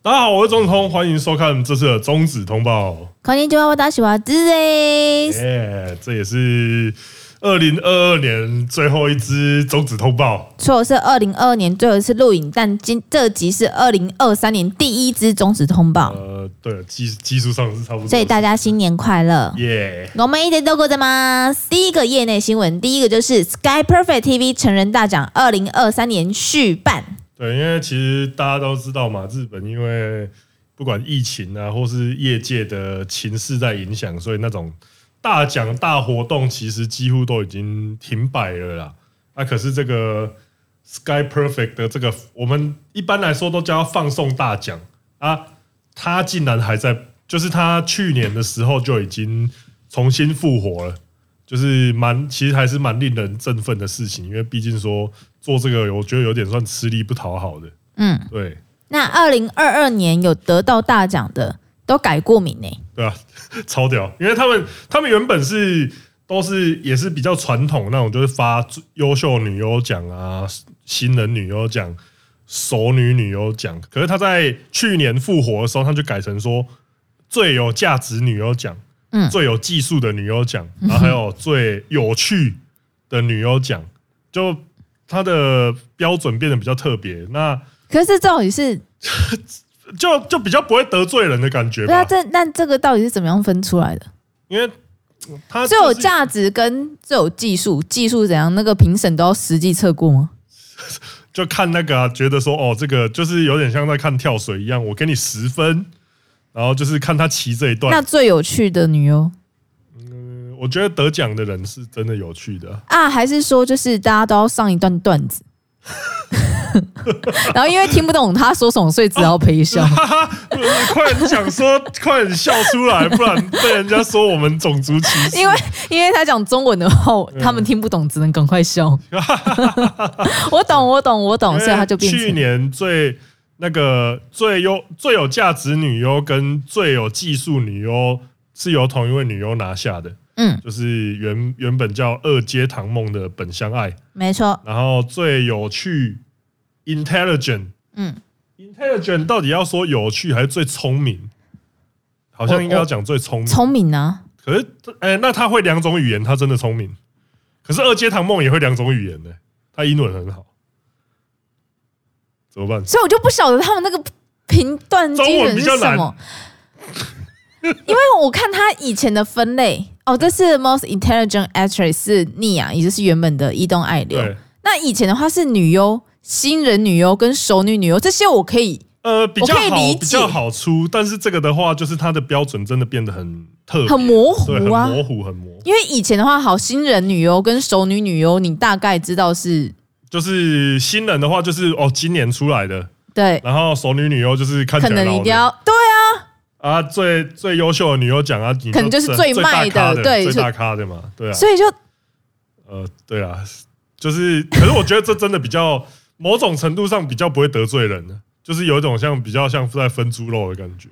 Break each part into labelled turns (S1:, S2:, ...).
S1: 大家好，我是钟子通，欢迎收看这次的中子通报。
S2: こんにちは、私はズで
S1: 耶、
S2: す。
S1: 这也是二零二二年最后一支中子通报。
S2: 错是二零二二年最后一次录影，但今这集是二零二三年第一支终止通报，
S1: 呃，对，技技术上是差不多。
S2: 所以大家新年快乐。
S1: 嗯耶、
S2: 我们一起度过的吗？第一个业内新闻，第一个就是 Sky Perfect TV 成人大奖二零二三年续办，
S1: 对，因为其实大家都知道嘛，日本因为不管疫情啊，或是业界的情势在影响，所以那种大奖大活动其实几乎都已经停摆了啦。那、可是这个 Sky Perfect 的这个，我们一般来说都叫它放送大奖啊，它竟然还在，就是它去年的时候就已经重新复活了。就是蛮，其实还是蛮令人振奋的事情，因为毕竟说做这个，我觉得有点算吃力不讨好的。
S2: 嗯，
S1: 对
S2: 那二零二二年有得到大奖的都改过名呢、
S1: 对啊，超屌！因为他们他们原本是都是也是比较传统那种，就是发优秀女优奖啊、新人女优奖、熟女女优奖。可是他在去年复活的时候，他就改成说最有价值女优奖、
S2: 嗯
S1: 最有技术的女优奖，然后还有最有趣的女优奖，就他的标准变得比较特别。那
S2: 可是这到底是
S1: 就就比较不会得罪人的感觉吧，
S2: 那这那这个到底是怎么样分出来的？
S1: 因为他
S2: 最有
S1: 就是
S2: 价值跟最有技术，技术怎样？那个评审都要实际测过吗？
S1: 就看那个、啊，觉得说哦，这个就是有点像在看跳水一样，我给你十分，然后就是看他骑这一
S2: 那
S1: 段。
S2: 最有趣的女优
S1: 嗯我觉得得奖的人是真的有趣的啊，
S2: 啊，还是说就是大家都要上一段段 子，然后因为听不懂他说什么，所以只好陪笑。
S1: 哈哈，不是快点讲说，快点笑出来，不然被人家说我们种族歧视。
S2: 因为因为他讲中文的话，
S1: 嗯
S2: 他们听不懂，只能赶快笑。 我懂，我懂，我懂，
S1: 因为
S2: 哦所以他就变
S1: 去
S2: 成
S1: 年最那个最优最有价值女优跟最有技术女优是由同一位女优拿下的，
S2: 嗯，
S1: 就是原原本叫二阶堂梦的本相爱，
S2: 没错，
S1: 然后最有趣 intelligent，
S2: 嗯
S1: ，intelligent 到底要说有趣还是最聪明？好像应该要讲最聪明，
S2: 聪明啊，
S1: 可是哎、那他会两种语言，他真的聪明。可是二阶堂梦也会两种语言呢、他英文很好，怎么办？
S2: 所以我就不晓得他们那个评断基准是
S1: 中文
S2: 什
S1: 比较
S2: 么。因为我看他以前的分类，哦，这是 most intelligent actress 是逆啊，也就是原本的伊东爱流。
S1: 对，
S2: 那以前的话是女优、新人女优跟熟女女优这些，我可以
S1: 呃，比较
S2: 我可以
S1: 好，
S2: 理解
S1: 比较好出，但是这个的话，就是它的标准真的变得很特别
S2: 很模糊
S1: 对，很
S2: 啊。
S1: 模糊，很模糊，
S2: 因为以前的话，好新人女优跟熟女女优，你大概知道是
S1: 就是新人的话，就是哦，今年出来的，
S2: 对，
S1: 然后熟女女优就是看起
S2: 可
S1: 来
S2: 能
S1: 老
S2: 你一
S1: 的
S2: 定要对啊，
S1: 啊，最最优秀的女优奖啊，你
S2: 可能就是最
S1: 大
S2: 卖的
S1: 咖
S2: 对
S1: 最
S2: 就
S1: 大咖的嘛，对啊，
S2: 所以就
S1: 呃，对啊，就是，可是我觉得这真的比较某种程度上比较不会得罪人，就是有一种像比较像在分猪肉的感觉，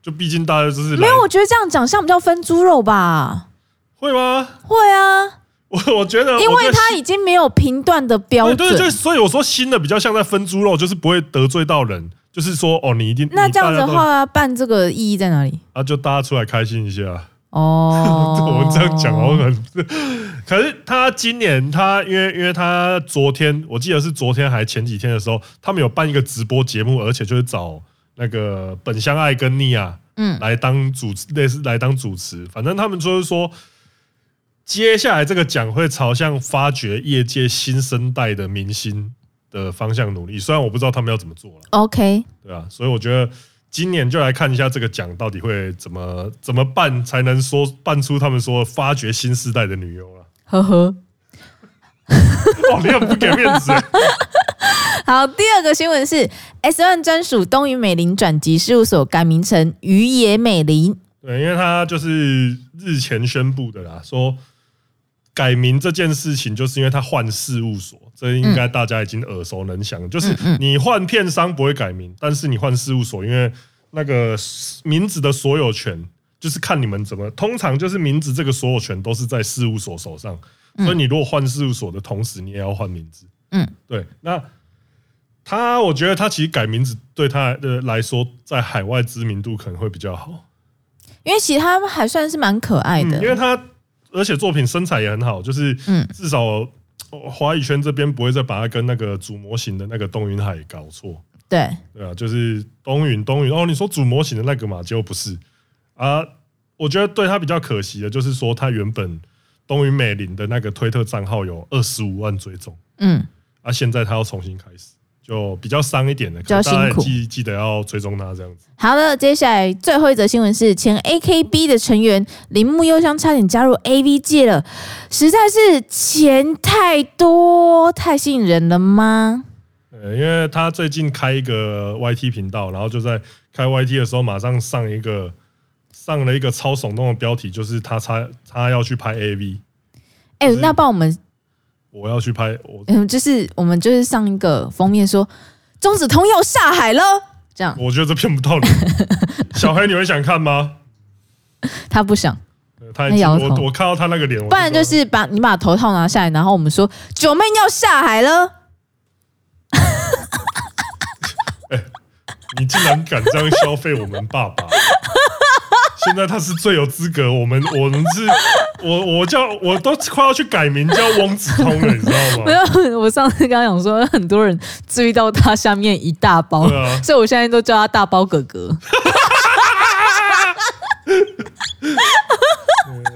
S1: 就毕竟大家就是来
S2: 没有，我觉得这样长相比较分猪肉吧。
S1: 会吗？
S2: 会啊，
S1: 我我觉得，
S2: 因
S1: 啊我觉
S2: 为
S1: 得
S2: 他
S1: 新
S2: 已经没有评断的标
S1: 对对
S2: 准。
S1: 对，所以我说新的比较像在分猪肉，就是不会得罪到人，就是说哦，你一定
S2: 那
S1: 你
S2: 这样子
S1: 大家都
S2: 的话，办这个意义在哪里？
S1: 啊，就大家出来开心一下。，
S2: 哦
S1: 我们这样讲好像很，可是他今年他因为因为他昨天我记得是昨天还前几天的时候，他们有办一个直播节目，而且就是找那个本相爱跟妮亚
S2: 嗯
S1: 来当主持，类似来当主持，反正他们就是说。接下来这个奖会朝向发掘业界新生代的明星的方向努力，虽然我不知道他们要怎么做了，
S2: OK，
S1: 对啊，所以我觉得今年就来看一下这个奖到底会怎么怎么办，才能说办出他们说发掘新时代的女优了。
S2: 呵呵。
S1: 哦，你很不给面子欸，
S2: 好，第二个新闻是 S One 专属东宇美玲转籍事务所改名成宇野美玲。
S1: 对，因为他就是日前宣布的啦，说改名这件事情，就是因为他换事务所，这应该大家已经耳熟能详。就是你换片商不会改名，但是你换事务所，因为那个名字的所有权就是看你们怎么，通常就是名字这个所有权都是在事务所手上，所以你如果换事务所的同时，你也要换名字。
S2: 嗯，
S1: 对，那他我觉得他其实改名字对他的来说，在海外知名度可能会比较好，
S2: 因为其实他还算是蛮可爱
S1: 嗯
S2: 的，
S1: 因为他而且作品身材也很好，就是
S2: 嗯
S1: 至少哦华语圈这边不会再把他跟那个主模型的那个东云海搞错，
S2: 对，
S1: 对啊，就是东云东云哦，你说主模型的那个嘛，结果不是啊。我觉得对他比较可惜的就是说，他原本东云美玲的那个推特账号有二十五万追踪，
S2: 嗯，
S1: 啊，现在他要重新开始，就比较伤一点的，
S2: 较
S1: 可能大家
S2: 辛苦
S1: 也记记得要追踪他这样子。
S2: 好的，接下来最后一则新闻是前 AKB 的成员铃木优香差点加入 AV 界了，实在是钱太多太吸引人了吗？
S1: 呃，因为他最近开一个 YT 频道，然后就在开 YT 的时候，马上上一个上了一个超耸动的标题，就是他差他要去拍 AV，
S2: 哎、
S1: 就是
S2: 那帮我们，
S1: 我要去拍我
S2: 嗯，就是我们就是上一个封面说中子通要下海了，这样
S1: 我觉得这骗不到 你。小黑，你会想看吗？
S2: 他不想，
S1: 呃他
S2: 他
S1: 已经
S2: 摇
S1: 我
S2: 头
S1: 我看到他那个脸，我
S2: 不然就
S1: 知道
S2: 是把你把头套拿下来，然后我们说九妹要下海了。
S1: 你竟然敢这样消费我们爸爸。现在他是最有资格，我们我们是，我我叫我都快要去改名叫翁子通了，你知道
S2: 没
S1: 吗？
S2: 有， 我上次刚讲说，很多人注意到他下面一大包，
S1: 对啊
S2: 所以我现在都叫他大包哥 哥。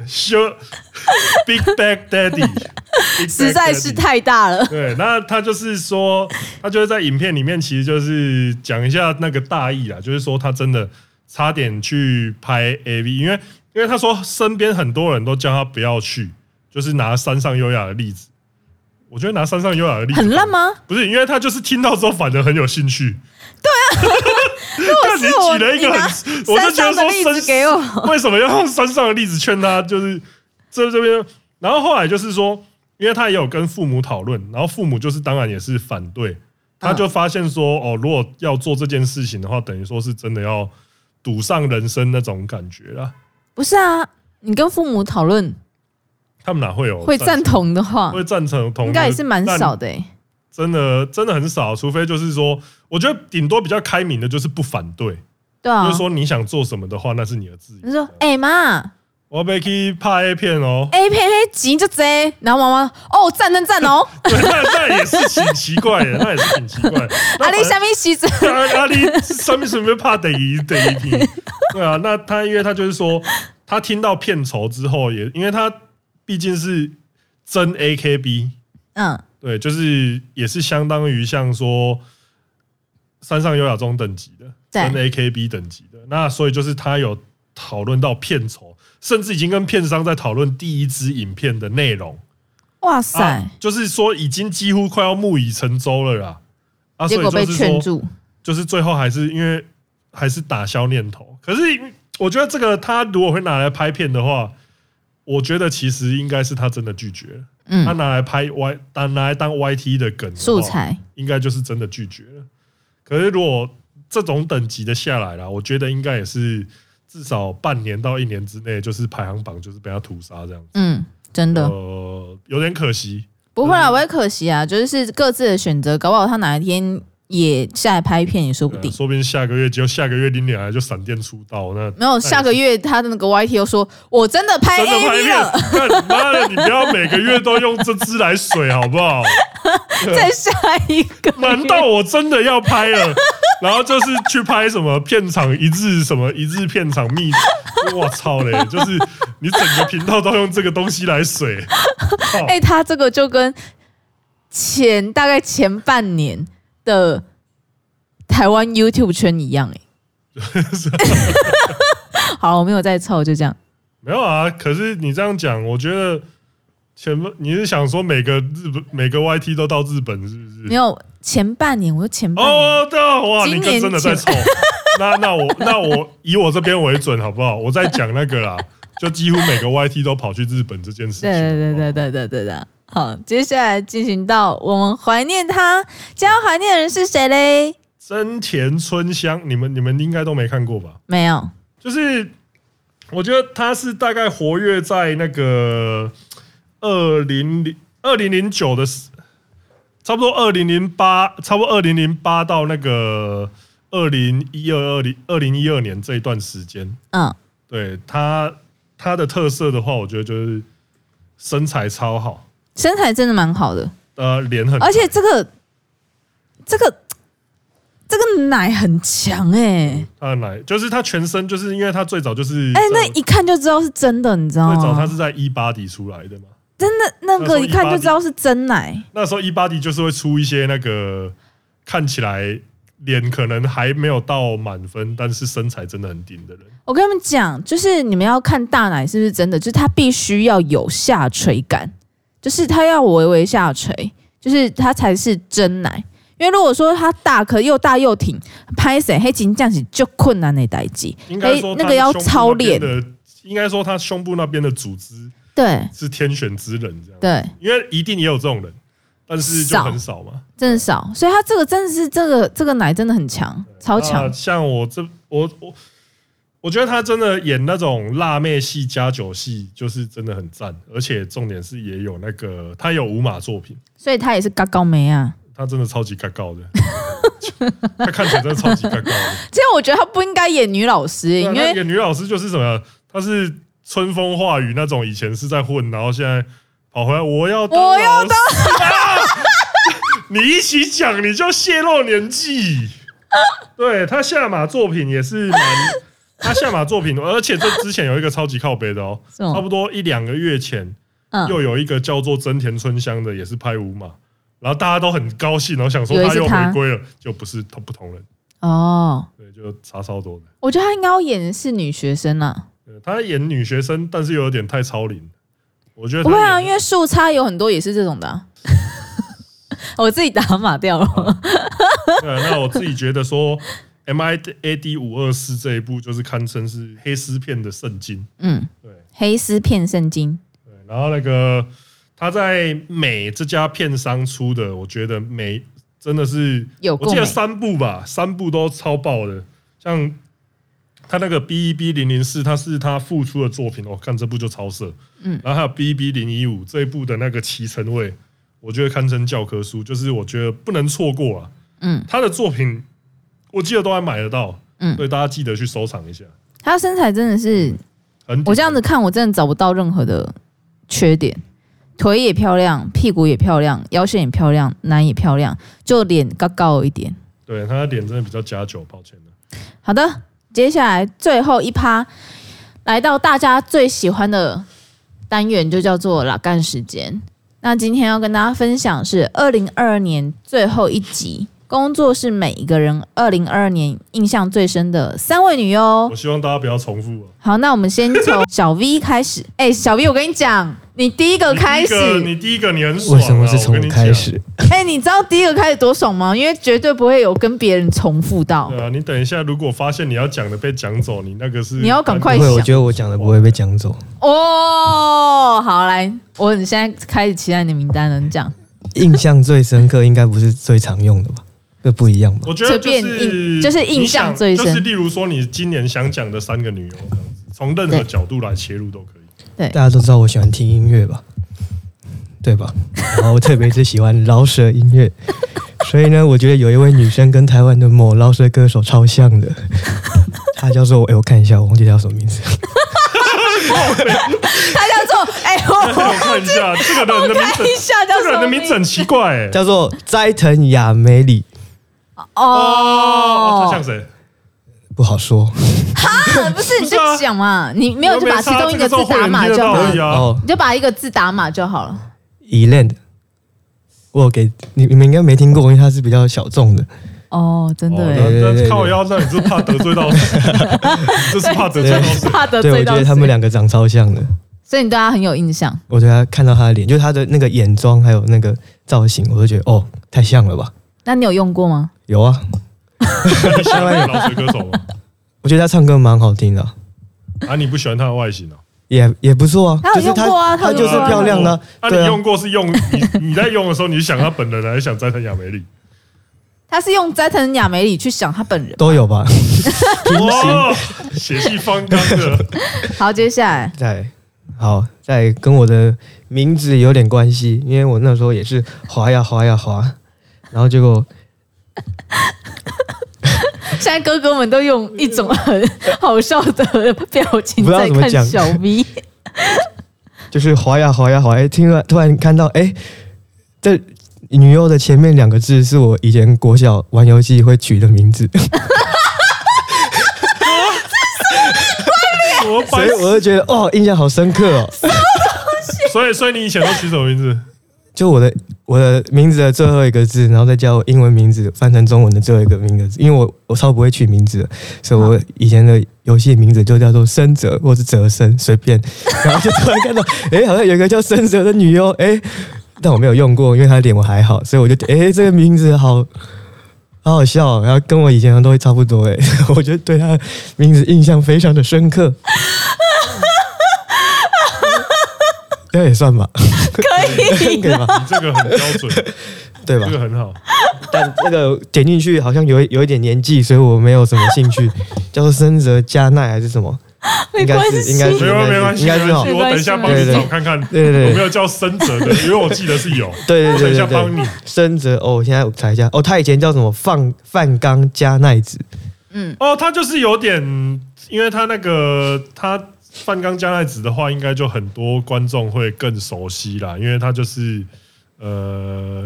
S1: 修 Big Bag Daddy，
S2: 实在是。太大了。
S1: 对，那他就是说，他就是在影片里面，其实就是讲一下那个大意啊，就是说他真的差点去拍 AV，因为因为他说身边很多人都叫他不要去，就是拿山上优雅的例子，我觉得拿山上优雅的例子
S2: 很烂吗？
S1: 不是，因为他就是听到之后反而很有兴趣。
S2: 啊如果
S1: 但你
S2: 是我，
S1: 举了一
S2: 你
S1: 个
S2: 拿
S1: 很，我就
S2: 山
S1: 觉
S2: 上
S1: 得说
S2: 的例
S1: 山
S2: 子给我，
S1: 为什么要用山上的例子劝他？就是这这边，然后后来就是说，因为他也有跟父母讨论，然后父母就是当然也是反对，
S2: 嗯
S1: 他就发现说，哦，如果要做这件事情的话，等于说是真的要赌上人生那种感觉啦。
S2: 不是啊？你跟父母讨论
S1: 他们哪会有
S2: 会赞同的话，
S1: 会赞成同
S2: 应该也是蛮
S1: 但
S2: 少的、欸。
S1: 真的真的很少，除非就是说，我觉得顶多比较开明的就是不反对，
S2: 对啊
S1: 就是，说你想做什么的话，那是你的自由。
S2: 你说哎妈、哎
S1: 我被去拍 A 片哦，
S2: a 片黑急就这，然后妈妈哦赞赞赞 哦，
S1: 对，那那也是挺奇怪的，那也是挺奇怪的。
S2: 阿丽下
S1: 那
S2: 面洗着，
S1: 啊反正 阿阿丽上面准备怕等于等于平，对啊，那他因为他就是说，他听到片酬之后也，因为他毕竟是真 AKB，
S2: 嗯，
S1: 对，就是也是相当于像说山上优雅中等级的，
S2: 对
S1: 真 AKB 等级的。那所以就是他有讨论到片酬，甚至已经跟片商在讨论第一支影片的内容，
S2: 哇塞，
S1: 啊，就是说已经几乎快要木已成舟了啦。啊，
S2: 结果
S1: 所
S2: 被
S1: 以就是
S2: 劝
S1: 说，
S2: 住，
S1: 就是最后还是因为还是打消念头。可是我觉得这个他如果会拿来拍片的话，我觉得其实应该是他真的拒绝了。他
S2: 嗯，
S1: 拿来拍 Y，当拿来当 YT 的梗的话
S2: 素，材
S1: 应该就是真的拒绝了。可是如果这种等级的下来啦，我觉得应该也是至少半年到一年之内，就是排行榜就是被他屠杀这样子。
S2: 嗯，真的。
S1: 呃，有点可惜。
S2: 不会
S1: 嗯
S2: 啊，我也可惜啊，就是各自的选择，搞不好他哪一天也下来拍片也说不
S1: 对啊
S2: 定。
S1: 说不定下个月结果下个月林两来就闪电出道，那
S2: 没有，下个月他的那个 YT 又说，我真的拍
S1: 真的拍
S2: AV 了，
S1: 片， 干妈的，你不要每个月都用这支来水好不好？
S2: 再下一个月。
S1: 难道我真的要拍了？然后就是去拍什么片场一日什么一日片场密，我操嘞！就是你整个频道都用这个东西来水，靠
S2: 哎、他这个就跟前大概前半年的台湾 YouTube 圈 一样、哎。 好，我没有再凑，就这样。
S1: 没有啊，可是你这样讲，我觉得前面你是想说每个日本每个 YT 都到日本是不是
S2: 没？有前半年，我说前半年。
S1: 哦，对啊，哇，
S2: 今
S1: 你
S2: 年
S1: 哥真的在抽。 那那我那我以我这边为准好不好？我在讲那个啦，就几乎每个 YT 都跑去日本这件事情。
S2: 对对对对对对对。好，接下来进行到我们怀念他，将要怀念的人是谁嘞？
S1: 真田春香，你们你们应该都没看过吧？
S2: 没有，
S1: 就是我觉得他是大概活跃在那个二零零二零零九的时差不多二零零八，差不多二零零八到那个二零一二二零二零一二年这一段时间，
S2: 嗯，
S1: 对他他的特色的话，我觉得就是身材超好，
S2: 身材真的蛮好的，
S1: 呃，脸很白，
S2: 而且这个这个这个奶很强哎、
S1: 他的奶就是他全身，就是因为他最早就是
S2: 哎、那哦
S1: 在
S2: 一看就知道是真的，你知道
S1: 最早他
S2: 吗？
S1: 是在一八底出来的嘛，
S2: 真的那
S1: 那时候
S2: 个一看就知道是真奶，
S1: 那时候一八底就是会出一些那个看起来脸可能还没有到满分，但是身材真的很顶的人。
S2: 我跟你们讲，就是你们要看大奶是不是真的，就是它必须要有下垂感，就是它要微微下垂，就是它才是真奶。因为如果说它大可又大又挺，拍谁黑金这样子就困难的代际，
S1: 应该说
S2: 哎
S1: 他
S2: 那个要
S1: 胸部
S2: 操
S1: 边
S2: 练，
S1: 的，应该说他胸部那边的组织
S2: 对
S1: 是天选之人这样，
S2: 对，
S1: 因为一定也有这种人，但是就
S2: 少
S1: 很少嘛，
S2: 真的少，所以它这个真的是这个这个奶真的很强，超强
S1: 那。像我这我我。我觉得他真的演那种辣妹戏加酒戏，就是真的很赞，而且重点是也有那个他有舞马作品，
S2: 所以它也是嘎高梅啊。
S1: 他真的超级尬尬的， 他看起来真的超级尬尬的。
S2: 其实我觉得她不应该演女老师，
S1: 对啊
S2: 因
S1: 那
S2: 为
S1: 演女老师就是什么，她是春风化雨那种，以前是在混，然后现在跑回来，我要当
S2: 我
S1: 要当、 你一起讲你就泄露年纪。对他下马作品也是 蛮，他下马作品，而且这之前有一个超级靠北的哦，
S2: 什么
S1: 差不多一两个月前，
S2: 嗯
S1: 又有一个叫做真田春香的，也是拍舞马。然后大家都很高兴，然后想说
S2: 以为
S1: 他
S2: 是
S1: 又
S2: 他
S1: 回归了，就不是同不同人，
S2: 哦，
S1: 对，就差超多的。
S2: 我觉得她应该要演的是女学生啊。
S1: 呃她演女学生，但是又有点太超龄。我觉得
S2: 不
S1: 她
S2: 会啊，
S1: 演
S2: 因为树叉有很多也是这种的啊、 我自己打码掉了。
S1: 呃那我自己觉得说，M I A D 五二四这一部就是堪称是黑丝片的圣经。
S2: 嗯，
S1: 对
S2: 黑丝片圣经，
S1: 对，然后那个他在美这家片商出的，我觉得美真的是
S2: 有
S1: 我
S2: 够
S1: 记得
S2: 美
S1: 三部吧，三部都超爆的，像。他那个 B 一 B 零零四，它是他复出的作品，我、看这部就超色。
S2: 嗯，
S1: 然后还有 B 一 B 零一五这一部的那个骑乘位，我觉得堪称教科书，就是我觉得不能错过啊。
S2: 嗯，
S1: 他的作品我记得都还买得到，
S2: 嗯
S1: 所以大家记得去收藏一下。
S2: 她的身材真的是，
S1: 很
S2: 我这样子看，我真的找不到任何的缺点。腿也漂亮，屁股也漂亮，腰线也漂亮，奶也漂亮，就脸高高一点。
S1: 对他的脸真的比较加酒，抱歉了。
S2: 好的，接下来最后一趴，来到大家最喜欢的单元，就叫做拉干时间。那今天要跟大家分享是二零二二年最后一集，工作是每一个人二零二二年印象最深的三位女优
S1: 我。希望大家不要重复啊。
S2: 好，那我们先从小 V 开始。 哎、小 V，我跟你讲，你第一个开始，
S1: 你第一个你很爽、
S3: 为
S1: 啊，
S3: 什么是从
S1: 我跟
S3: 我
S1: 你
S3: 开
S1: 讲？
S3: 始？
S2: 哎、你知道第一个开始多爽吗？因为绝对不会有跟别人重复到。
S1: 对啊，你等一下，如果发现你要讲的被讲走，你那个是
S2: 你要赶
S3: 不
S2: 快
S3: 会，
S2: 想
S3: 我觉得我讲的不会被讲走，
S2: 哦，好，来，我你现在开始期待你的名单了，你讲。
S3: 印象最深刻应该不是最常用的吧？这不一样吧？
S1: 我觉得
S2: 随
S1: 就
S2: 便
S1: 是
S2: 印就是印象最深
S1: 你想就是例如说你今年想讲的三个女优这样子，从任何
S2: 对
S1: 角度来切入都 可以。
S3: 大家都知道我喜欢听音乐吧，对吧？然后我特别是喜欢饶舌音乐， 所以呢，我觉得有一位女生跟台湾的某饶舌歌手超像的，她叫做……哎、我看一下，我忘记她叫什么名字。
S2: 他叫做哎、我
S1: 我看一下这个人的名字
S2: 看，一下叫
S1: 这个
S2: 什
S1: 人
S2: 么
S1: 的名字很奇怪哎、
S3: 叫做斋藤雅美里，
S1: 哦，他
S2: 哦
S1: 像，谁？
S3: 不好说。
S2: 啊不是你就讲嘛，你没有就把其中一个字打码
S1: 又没差
S2: 就好
S1: 这个时候会有人听得到而已
S2: 了，
S1: 啊
S3: 哦
S2: 你就把一个字打码就好了。
S3: ，Eland，我有给你你们应该没听过，因为它是比较小众的。
S2: 哦，真的
S3: 对
S2: 耶，
S3: 对对
S1: 那
S3: 对
S1: 那靠腰，那你是怕得罪到 谁？这是怕得罪到谁？
S2: 怕得
S3: 对，我
S2: 罪
S3: 觉
S2: 到
S3: 得
S2: 谁
S3: 他们两个长超像的。
S2: 所以你对他很有印象。
S3: 我对他看到他的脸，就是他的那个眼妆还有那个造型，我就觉得哦，太像了吧？
S2: 那你有用过吗？
S3: 有啊，
S1: 你喜欢老水歌手吗？
S3: 我觉得他唱歌蛮好听的啊，
S1: 啊，你不喜欢他的外形哦？
S3: 也也不错啊。
S2: 他有
S3: 就是
S2: 用过啊
S3: 他
S2: 他有
S3: 就是
S2: 用过啊
S3: 漂亮的啊，
S1: 那、
S3: 对
S1: 你
S3: 啊，
S1: 用过是用你你在用的时候，你是想他本人还是想斋藤雅美里？
S2: 他是用斋藤雅美里去想他本人。
S3: 都有吧？
S1: 哇，血气方刚的，
S2: 好，接下来
S3: 对，好，再跟我的名字有点关系，因为我那时候也是滑呀滑呀滑，然后结果
S2: 现在哥哥们都用一种很好笑的表情
S3: 不知道
S2: 在
S3: 怎么
S2: 看
S3: 讲
S2: 小 V，
S3: 就是滑呀滑呀滑呀，听了突然看到，哎、这女优的前面两个字是我以前国小玩游戏会取的名字，
S1: 我
S3: 所
S1: 白
S3: 以我就觉得哦，印象好深刻哦。
S1: 所以所以你以前都取什么名字？
S3: 就我的我的名字的最后一个字，然后再加我英文名字翻成中文的最后一个名字，因为我我超不会取名字的，所以我以前的游戏名字就叫做生哲或是哲生，随便。然后就突然看到， 哎、好像有一个叫生哲的女优，哎、但我没有用过，因为她的脸我还好，所以我就哎、诶这个名字好。好好笑哦、然后跟我以前的都会差不多哎、诶 我就对她的名字印象非常的深刻， 这样也算吧，
S2: 可以
S3: 可以吧？
S1: 你这个很标准，
S3: 对吧啊
S1: 这？个很好。
S3: 但那个点进去好像有有一点年纪，所以我没有什么兴 趣。叫做深泽加奈还是什么？
S2: 没关系，
S3: 应该是
S1: 没关系，没关系，
S3: 应该是
S1: 没关系
S2: 哦
S1: 我等一下帮
S3: 对
S1: 你
S3: 对
S1: 找看看，
S3: 对对
S1: 有没
S3: 对
S1: 有叫深泽的，因为我记得是有。
S3: 对
S1: 我等
S3: 对
S1: 一下
S3: 对对
S1: 帮
S3: 对。
S1: 你。
S3: 深泽哦，我现在我查一下哦，他以前叫什么？范范冈加奈子，
S2: 嗯，
S1: 哦，他就是有点，因为他那个他范刚加奈子的话，应该就很多观众会更熟悉啦，因为他就是呃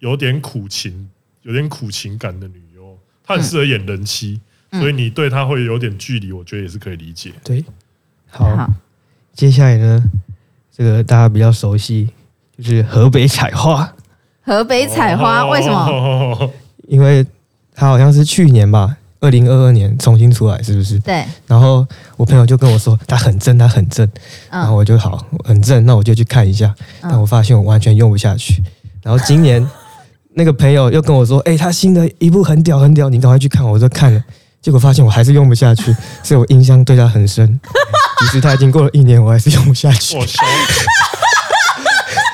S1: 有点苦情，有点苦情感的女优，她很适合演人妻，
S2: 嗯
S1: 所以你对她会有点距离，我觉得也是可以理解。
S3: 对。好，
S2: 好，
S3: 接下来呢，这个大家比较熟悉，就是河北彩花，
S2: 河北采花
S1: 哦
S2: 为什 么？
S1: 么？
S3: 因为他好像是去年吧，二零二二年重新出来，是不是？
S2: 对，
S3: 然后我朋友就跟我说，他很正，他很正。然后
S2: 嗯
S3: 我就好很正，那我就去看一下，
S2: 嗯
S3: 但我发现我完全用不下去。然后今年那个朋友又跟我说，哎、他新的一部很屌很屌，你赶快去看。我就看了，结果发现我还是用不下去，所以我印象对他 很深。于是他已经过了一年，我还是用不下去
S1: 我。笑。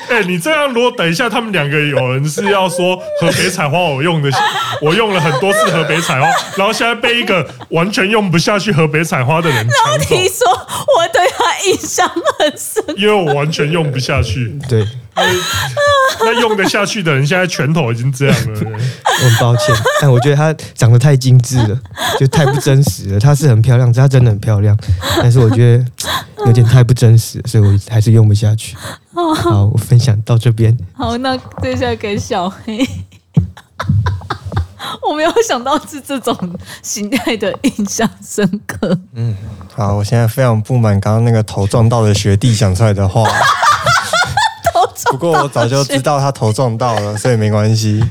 S1: 哎、你这样，如果等一下他们两个有人是要说河北采花，我用的，我用了很多次河北采花，然后现在被一个完全用不下去河北采花的人抢走，
S2: 听说我对他印象很深，
S1: 因为我完全用不下去。
S3: 对，
S1: 那用得下去的人，现在拳头已经这样了。
S3: 我很抱歉，但我觉得她长得太精致了，就太不真实了。她是很漂亮，她真的很漂亮，但是我觉得有点太不真实，所以我还是用不下去。好，我分享到这边。
S2: 好，那这下给小黑。 我没有想到是这种形态的印象深 刻。
S4: 好，我现在非常不满刚刚那个头撞到的学弟讲出来的话。
S2: 头撞
S4: 不过我早就知道他头撞到了，所以没关系。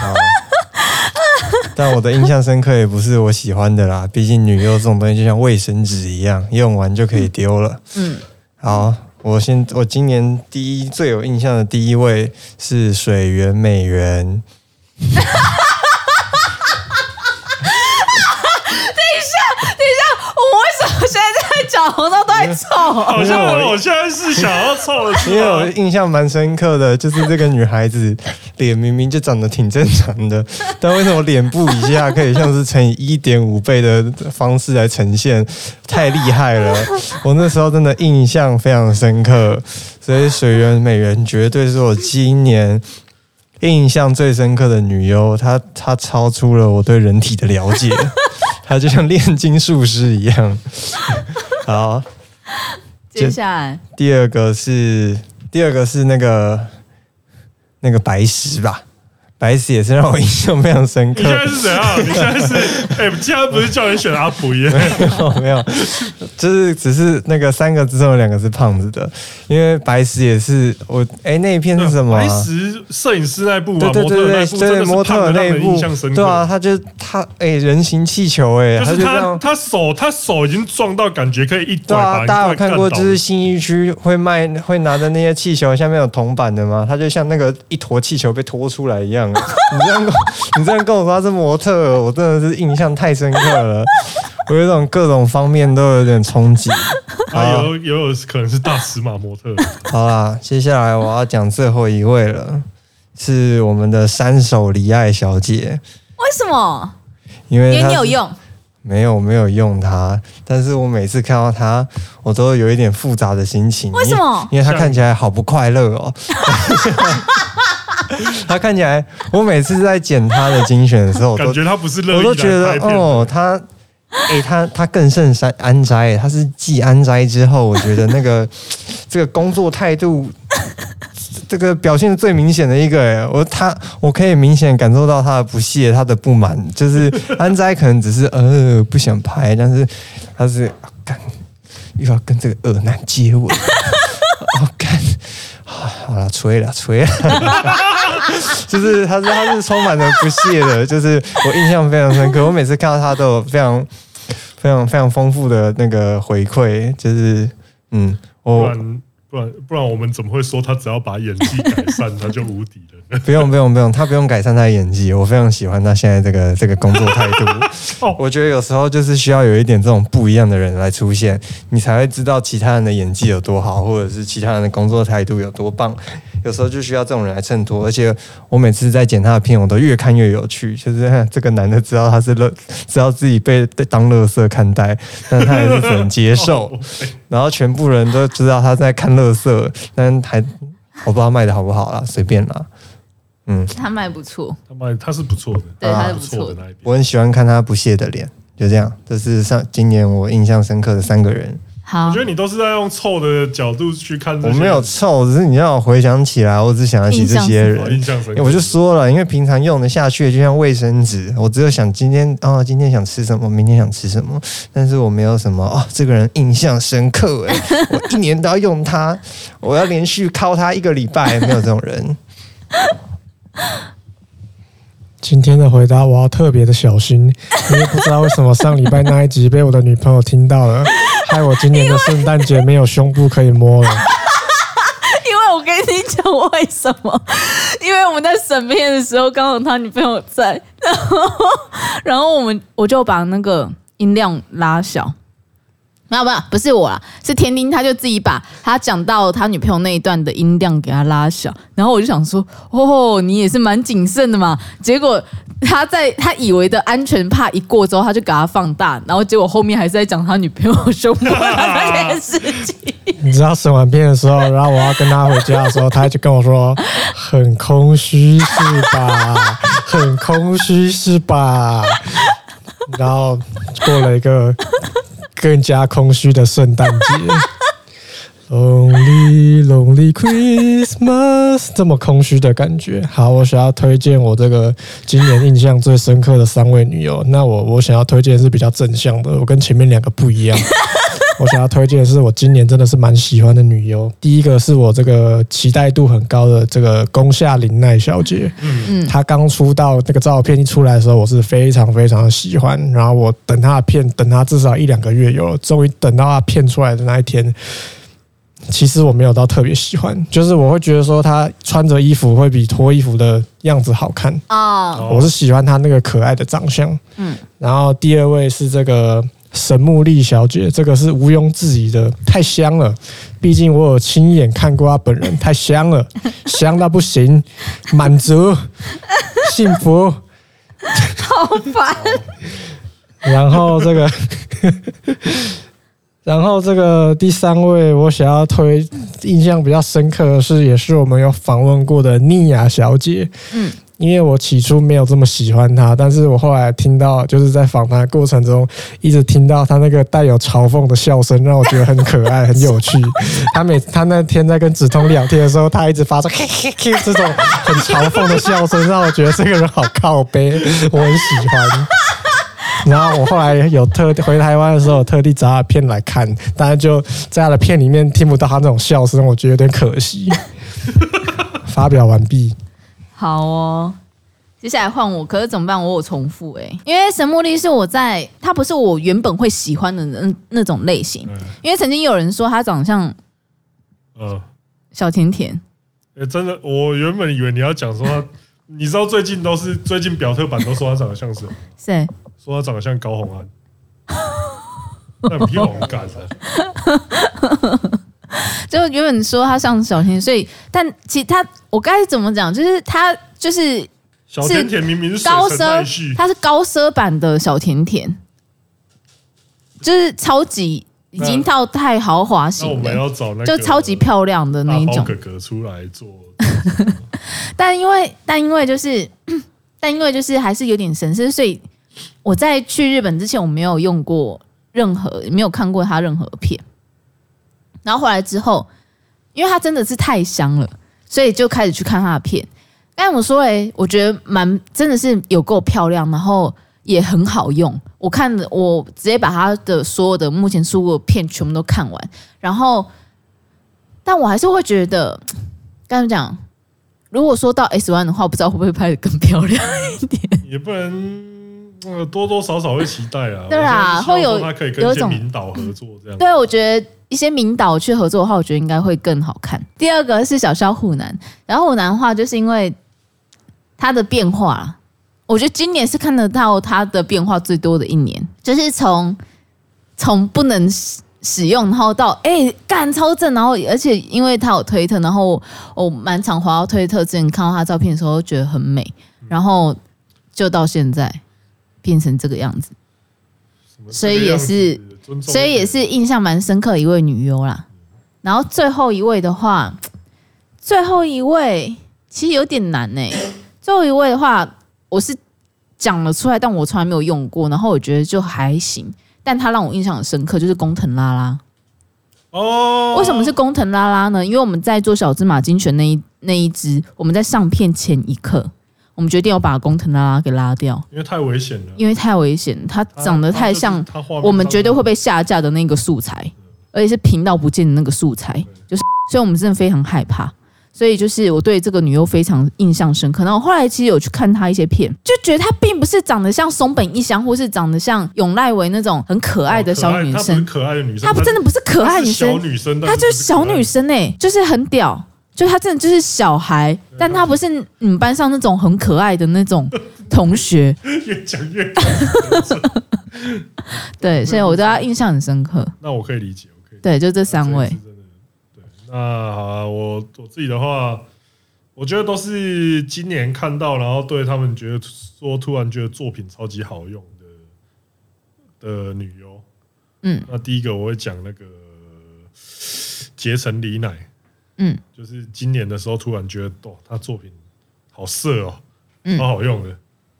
S4: 好但我的印象深刻也不是我喜欢的啦，毕竟女优这种东西就像卫生纸一样，用完就可以丢了。
S2: 嗯，
S4: 好，我先我今年第一最有印象的第一位是水源美元。
S2: 我为什么现在在讲红烧都在啊臭？
S1: 好像我现在是想要凑啊的，
S4: 因为我印象蛮深刻的，就是这个女孩子脸明明就长得挺正常的，但为什么脸部以下可以像是乘以一点五倍的方式来呈现，太厉害了！我那时候真的印象非常深刻，所以水源美人绝对是我今年。印象最深刻的女优，她她超出了我对人体的了解，她就像炼金术师一样。 好，
S2: 接下来，
S4: 第二个是第二个是那个那个白石吧，白石也是让我印象非常深
S1: 你现在
S4: 刻。
S1: 是怎样？你现在是哎、现在不是叫你选阿普耶？
S4: 没有没有，就是只是那个三个之中有两个是胖子的，因为白石也是我哎、那一片是什么啊、
S1: 白石摄影师那部
S4: 对
S1: 嘛，
S4: 对
S1: 模特
S4: 对
S1: 儿那
S4: 对
S1: 部
S4: 对，
S1: 真的
S4: 对
S1: 是
S4: 模
S1: 胖
S4: 特
S1: 得
S4: 儿
S1: 让
S4: 那一
S1: 人印象
S4: 部
S1: 深，刻。
S4: 对啊，他就他哎、人形气球哎、
S1: 就
S4: 他
S1: 是
S4: 就这
S1: 他
S4: 样
S1: 他手他手已经撞到，感觉可以一
S4: 对
S1: 拐把
S4: 啊，
S1: 你
S4: 大家有
S1: 快
S4: 看
S1: 干
S4: 过
S1: 倒
S4: 就是新一区会卖会拿着那些气球，下面有铜板的吗？它就像那个一坨气球被拖出来一样。 你这样跟我你这样跟我说他是模特儿，我真的是印象太深刻了。我有一种各种方面都有点冲击。好
S1: 啊，有有有可能是大尺码模特，
S4: 好啦，接下来我要讲最后一位了，是我们的山手离爱小姐，
S2: 为什么？
S4: 因为
S2: 因为
S4: 她
S2: 你有
S4: 是
S2: 用，
S4: 没有没有用它，但是我每次看到它，我都有一点复杂的心情。
S2: 为什么
S4: 因为因为它看起来好不快乐哦。他看起来，我每次在剪他的精选的时候， 我
S1: 感
S4: 都
S1: 觉他不是乐
S4: 我
S1: 意
S4: 都觉
S1: 来拍
S4: 得
S1: 片的。
S4: 哦，他哎、他他更胜山安斋，他是继安斋之后，我觉得那个这个工作态度。这个表现得最明显的一个、哎，我他我可以明显感受到他的不屑，他的不满，就是安斋可能只是呃不想拍，但是他是啊干、又要跟这个恶男接吻， 哦干、啊好了，吹了吹了， 就是他是他是充满了不屑的，就是我印象非常深刻，我每次看到他都有非常非常非常丰富的那个回馈，就是嗯，
S1: 不
S4: 我
S1: 然不然不然，我们怎么会说他只要把演技改善，他就无敌了 呢？
S4: 不用不用不用，他不用改善他的演技，我非常喜欢他现在这个 这个工作态度
S1: 哦。
S4: 我觉得有时候就是需要有一点这种不一样的人来出现，你才会知道其他人的演技有多好，或者是其他人的工作态度有多棒。有时候就需要这种人来衬托，而且我每次在剪他的片，我都越看越有趣。就是 哼这个男的知道他是乐，知道自己被当乐色看待，但他还是只能接受。然后全部人都知道他在看乐色，但还我不知道卖的好不好啦，随便啦。嗯，
S2: 他卖不错，
S1: 他妈他是不错的，
S2: 对
S1: 他
S4: 啊
S2: 他
S1: 是不
S2: 是不
S1: 错
S2: 错
S1: 的那一边。
S4: 我很喜欢看他不屑的脸，就这样。这是上今年我印象深刻的三个人。
S2: 好
S1: 我觉得你都是在用臭的角度去看这
S4: 我
S1: 些，
S4: 没有臭，只是你让我回想起来，我只想得起这些
S1: 我
S4: 人
S1: 哦印。象深
S4: 因为
S1: 刻。
S4: 我就说了，因为平常用得下去，就像卫生纸，我只有想今天哦，今天想吃什么，明天想吃什么，但是我没有什么哦，这个人印象深刻诶、欸我一年都要用它，我要连续靠它一个礼拜，没有这种人。
S5: 今天的回答我要特别的小心，因为不知道为什么上礼拜那一集被我的女朋友听到了，害我今年的圣诞节没有胸部可以摸了。
S2: 因为我跟你讲为什么， 因为我们在审片的时候，刚好他女朋友在，然后然后我们我就把那个音量拉小。没有没有，不是我啦，是天丁，他就自己把他讲到他女朋友那一段的音量给他拉小，然后我就想说，哦，你也是蛮谨慎的嘛。结果他在他以为的安全怕一过之后，他就给他放大，然后结果后面还是在讲他女朋友胸部的那件事情。
S5: 你知道审完片的时候，然后我要跟他回家的时候，他就跟我说：“很空虚是吧？很空虚是吧？”然后过了一个更加空虚的圣诞节。Lonely Lonely Christmas，这么空虚的感觉。好，我想要推荐我这个今年印象最深刻的三位女友。那我我想要推荐是比较正向的，我跟前面两个不一 样。我想要推荐的是我今年真的是蛮喜欢的女优。第一个是我这个期待度很高的这个宫下玲奈小姐，嗯，她刚出道那个照片一出来的时候，我是非常非常的喜欢。然后我等她的片，等她至少一两个月有了，终于等到她片出来的那一天。其实我没有到特别喜欢，就是我会觉得说她穿着衣服会比脱衣服的样子好看，
S2: 哦，
S1: 哦
S5: 我是喜欢她那个可爱的长相。
S2: 嗯
S5: 嗯，然后第二位是这个神木丽小姐，这个是毋庸置疑的，太香了。毕竟我有亲眼看过她本人，太香了， 香到不行，满足，幸福。
S2: 好烦。
S5: 然后这个，然后这个第三位我想要推印象比较深刻的是，也是我们有访问过的妮雅小姐。
S2: 嗯
S5: 嗯，因为我起初没有这么喜欢她，但是我后来听到，就是在访谈的过程中，一直听到她那个带有嘲讽的笑声，让我觉得很可爱、很有趣。她每她那天在跟子通聊天的时候，她一直发出嘿嘿嘿这种很嘲讽的笑声，让我觉得这个人好靠背，我很喜欢。然后我后来有特回台湾的时候，有特地找他的片来看，但是就在他的片里面听不到他那种笑声，我觉得有点可惜。发表完毕，
S2: 好哦，接下来换我，可是怎么办？我有重复哎、因为神木力是我在，他不是我原本会喜欢的那那种类型，
S1: 嗯
S2: 因为曾经有人说他长得像
S1: 嗯，
S2: 小甜甜，
S1: 欸真的，我原本以为你要讲说他，你知道最近都是最近表特版都说他长得像谁，
S2: 谁？
S1: 说他长得像高洪安， 那比勇敢啊！
S2: 就原本说他像小甜甜，所以但其实他我该怎么讲？就是他就是
S1: 小甜甜明明是水
S2: 高
S1: 神奈绪
S2: 奢，，他是高奢版的小甜甜，就是超级已经到太豪华
S1: 那我啊
S2: 型
S1: 们
S2: 的，
S1: 要找那个
S2: 就超级漂亮的那一
S1: 大包
S2: 种
S1: 哥。哥出来做，
S2: 但因为但因为就是， 但因为就是还是有点神似，所以我在去日本之前，我没有用过任何，没有看过他任何片。然后回来之后，因为它真的是太香了，所以就开始去看他的片。但我说、欸，我觉得蛮真的是有够漂亮，然后也很好用。我看了，我直接把他的所有的目前出过的片全部都看完，然后，但我还是会觉得，该怎么讲？如果说到 S One 的话，不知道会不会拍的更漂亮？
S1: 也不能呃多多少少会期待啊。
S2: 对啊
S1: 我希望说
S2: 会有
S1: 他可以跟
S2: 有
S1: 一
S2: 一
S1: 些
S2: 种
S1: 领导合作这样。
S2: 对，我觉得一些名导去合作的话，我觉得应该会更好看。第二个是小肖虎南，然后虎南的话，就是因为他的变化，我觉得今年是看得到他的变化最多的一年，就是从从不能使使用，然后到哎干、超正，然后而且因为他有推特，然后我蛮常滑到推特之前看到他照片的时候，觉得很美，然后就到现在变成这个样子。
S1: 什么
S2: 所以也是
S1: 这个样子，尊重
S2: 所以也是印象蛮深刻的一位女优啦。然后最后一位的话，最后一位其实有点难呢、最后一位的话，我是讲了出来，但我从来没有用过，然后我觉得就还行。但它让我印象很深刻，就是工藤拉拉。
S1: 哦。
S2: 为什么是工藤拉拉呢？因为我们在做小芝麻精选那一那一支，我们在上片前一刻，我们决定要把工藤拉拉给拉掉，
S1: 因为太危险了，
S2: 因为太危险，它
S1: 他
S2: 长得
S1: 他
S2: 太
S1: 哦就是
S2: 像
S1: 他画面
S2: 我们
S1: 上
S2: 绝对
S1: 的
S2: 会被下架的那个素材，而且是频道不见的那个素材，就是，所以我们真的非常害怕。所以就是我对这个女优非常印象深刻。然后我后来其实有去看她一些片，就觉得她并不是长得像松本一香，或是长得像永濑唯那种很可爱的小女
S1: 她不是
S2: 生，
S1: 哦可爱的女生，
S2: 她不真的不是可爱女生
S1: 她，是小女生，
S2: 她就是小女
S1: 生，
S2: 生哎、就是很屌，就她真的就是小孩，但她不是你们班上那种很可爱的那种同学，
S1: 越讲 越。
S2: 对，所以我对她印象很深刻。
S1: 那我可以理解，我可以理解
S2: 对，就这三位
S1: 这一。次真的对。那好啊我我自己的话，我觉得都是今年看到，然后对他们觉得说突然觉得作品超级好用的的女优。
S2: 嗯，
S1: 那第一个我会讲那个结城里乃，
S2: 嗯，
S1: 就是今年的时候突然觉得，哦，她作品好色哦，
S2: 嗯
S1: 超好用的，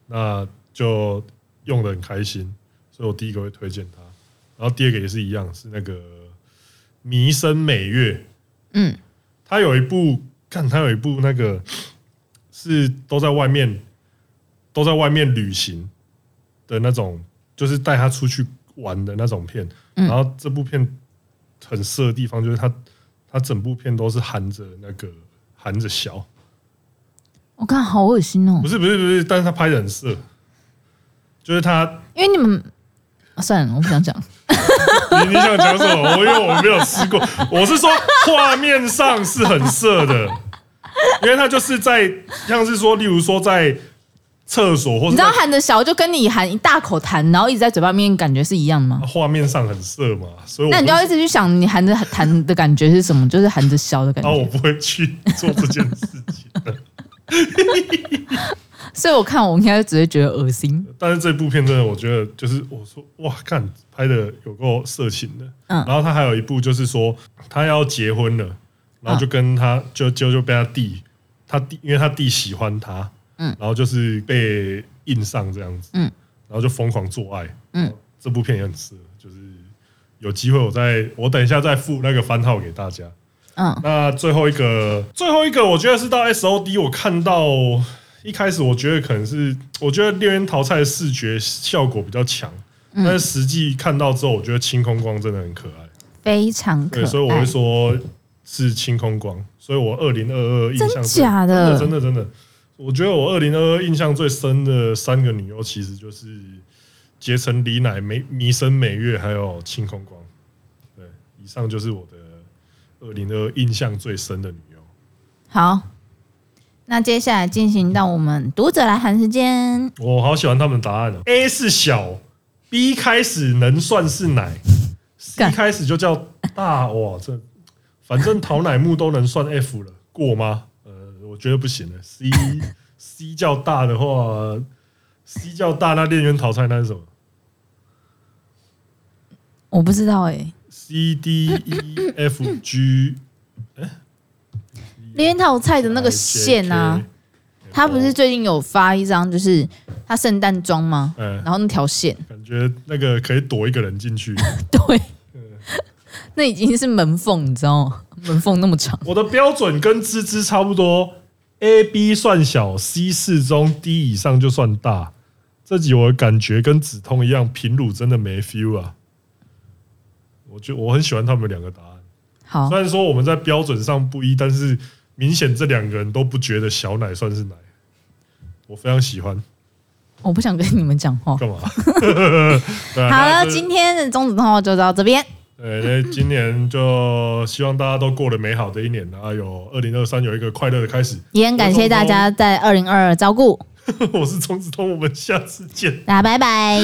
S1: 那就用的很开心，所以我第一个会推荐她。然后第二个也是一样，是那个《弥生美月》，
S2: 嗯，
S1: 他有一部，看他有一部那个是都在外面都在外面旅行的那种，就是带他出去玩的那种片。
S2: 嗯
S1: 然后这部片很色的地方就是他，他整部片都是含着那个含着笑，
S2: 我看好恶心哦
S1: 不，是不是不是，但是他拍的很色，就是他，
S2: 因为你们、啊算了，我不想讲。
S1: 你你想讲什么？我因为我没有吃过，我是说画面上是很色的， 因为他就是在像是说，例如说在厕所或 者
S2: 你知道含着小就跟你含一大口痰，然后一直在嘴巴里面，感觉是一样的吗？
S1: 画面上很色嘛，所哦以我
S2: 那你就
S1: 不
S2: 要一直去想你含着痰的感觉是什么，就是含着小的感
S1: 啊，
S2: 觉。
S1: 我不会去做这件事情。
S2: 所以我看我应该只会觉得恶心。
S1: 但是这部片真的，我觉得就是我说哇，看拍的有够色情的。
S2: 嗯
S1: 然后他还有一部就是说他要结婚了，然
S2: 嗯
S1: 后就跟他、就就就被他弟，他弟因为他弟喜欢他，
S2: 嗯
S1: 然后就是被印上这样子，
S2: 嗯，
S1: 然后就疯狂做爱，
S2: 嗯，
S1: 这部片也很色，就是有机会我再我等一下再附那个番号给大家。
S2: 嗯
S1: 那最后一个，最后一个，我觉得是到 S O D，我看到一开始我觉得可能是，我觉得六人淘汰的视觉效果比较强，
S2: 嗯
S1: 但是实际看到之后，我觉得清空光真的很可爱，
S2: 非常可
S1: 对，
S2: 爱。
S1: 所以我会说是清空光，所以我二零二二印象最
S2: 真假的
S1: 真的真的真的，我觉得我二零二二印象最深的三个女优其实就是结城里乃、美弥生美月还有清空光，对，以上就是我的二零二二印象最深的女优。
S2: 好，那接下来进行到我们读者来函时间。
S1: 我好喜欢他们的答案哦。A 是小，B 开始能算是奶，C
S2: 干
S1: 开始就叫大。哇，这反正桃乃木都能算 F 了，过吗？呃，我觉得不行了。C C 叫大的话，C 叫大，那恋人淘汰那是什么
S2: 我不知道哎、
S1: C D E F G
S2: 连套菜的那个线啊，，
S1: 呃
S2: 他
S1: 哦
S2: 不是最近有发一张，就是他圣诞装吗？
S1: 嗯，
S2: 然后那条线，
S1: 感觉那个可以躲一个人进去。
S2: 对，那已经是门缝，你知道吗？ 门缝那么长，
S1: 我的标准跟芝芝差不多，A B 算小，C 适中，D 以上就算大。这集我的感觉跟止痛一样，平乳真的没 feel 啊。我觉我很喜欢他们两个答案，
S2: 好
S1: 虽然说我们在标准上不一，但是明显这两个人都不觉得小奶算是奶，我非常喜欢。
S2: 我不想跟你们讲话。
S1: 干 嘛？啊
S2: 好了，
S1: 今
S2: 今天的中子通话就到这边，
S1: 呃，那今年就希望大家都过得美好的一年，然后有二零二三有一个快乐的开始。
S2: 也很感谢大家在二零二二照顾，
S1: 我是钟子通，我们下次见。
S2: 大家拜拜。